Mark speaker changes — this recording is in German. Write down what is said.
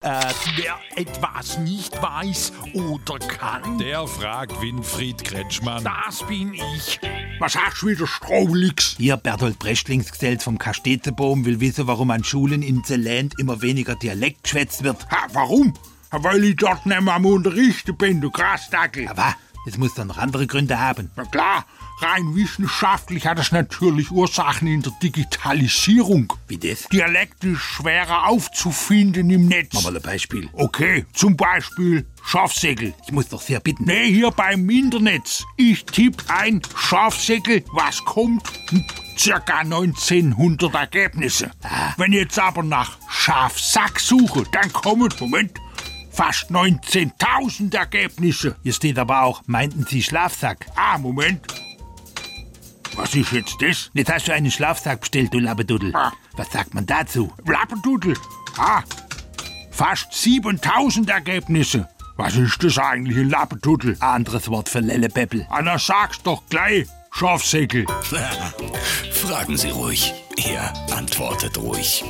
Speaker 1: Äh, wer etwas nicht weiß oder kann,
Speaker 2: Der fragt Winfried Kretschmann.
Speaker 1: das bin ich.
Speaker 3: Was hast du wieder, Straublix?
Speaker 4: Hier Bertolt Breschlings gesellt vom Kastetebaum will wissen, warum an Schulen in Zelland immer weniger Dialekt geschwätzt wird.
Speaker 3: Ha, warum? Ha, Weil ich dort nicht mehr am Unterrichten bin, du Grasdackel.
Speaker 4: Aber es muss doch noch andere Gründe haben.
Speaker 3: Na klar, rein wissenschaftlich hat es natürlich Ursachen in der Digitalisierung.
Speaker 4: Wie das?
Speaker 3: Dialekt ist schwerer aufzufinden im Netz.
Speaker 4: Mal ein Beispiel.
Speaker 3: Okay, zum Beispiel Schafsäckel.
Speaker 4: Ich muss doch sehr bitten.
Speaker 3: Nee, hier beim Internet. Ich tippe ein Schafsäckel, was kommt? Hm, Circa 1900 Ergebnisse.
Speaker 4: Ah.
Speaker 3: Wenn ich jetzt aber nach Schafsack suche, dann kommen, Moment, fast 19.000 Ergebnisse.
Speaker 4: Hier steht aber auch, meinten Sie Schlafsack?
Speaker 3: Ah, Moment. Was ist jetzt das?
Speaker 4: Jetzt hast du einen Schlafsack bestellt, du Labbedudel.
Speaker 3: Ah.
Speaker 4: Was sagt man dazu?
Speaker 3: Lappendudel. Ah, fast 7000 Ergebnisse. Was ist das eigentlich, ein Lappendudel?
Speaker 4: Anderes Wort für Lellepeppel.
Speaker 3: Anna, sag's doch gleich, Schafsäckel.
Speaker 5: Fragen Sie ruhig. Er antwortet ruhig.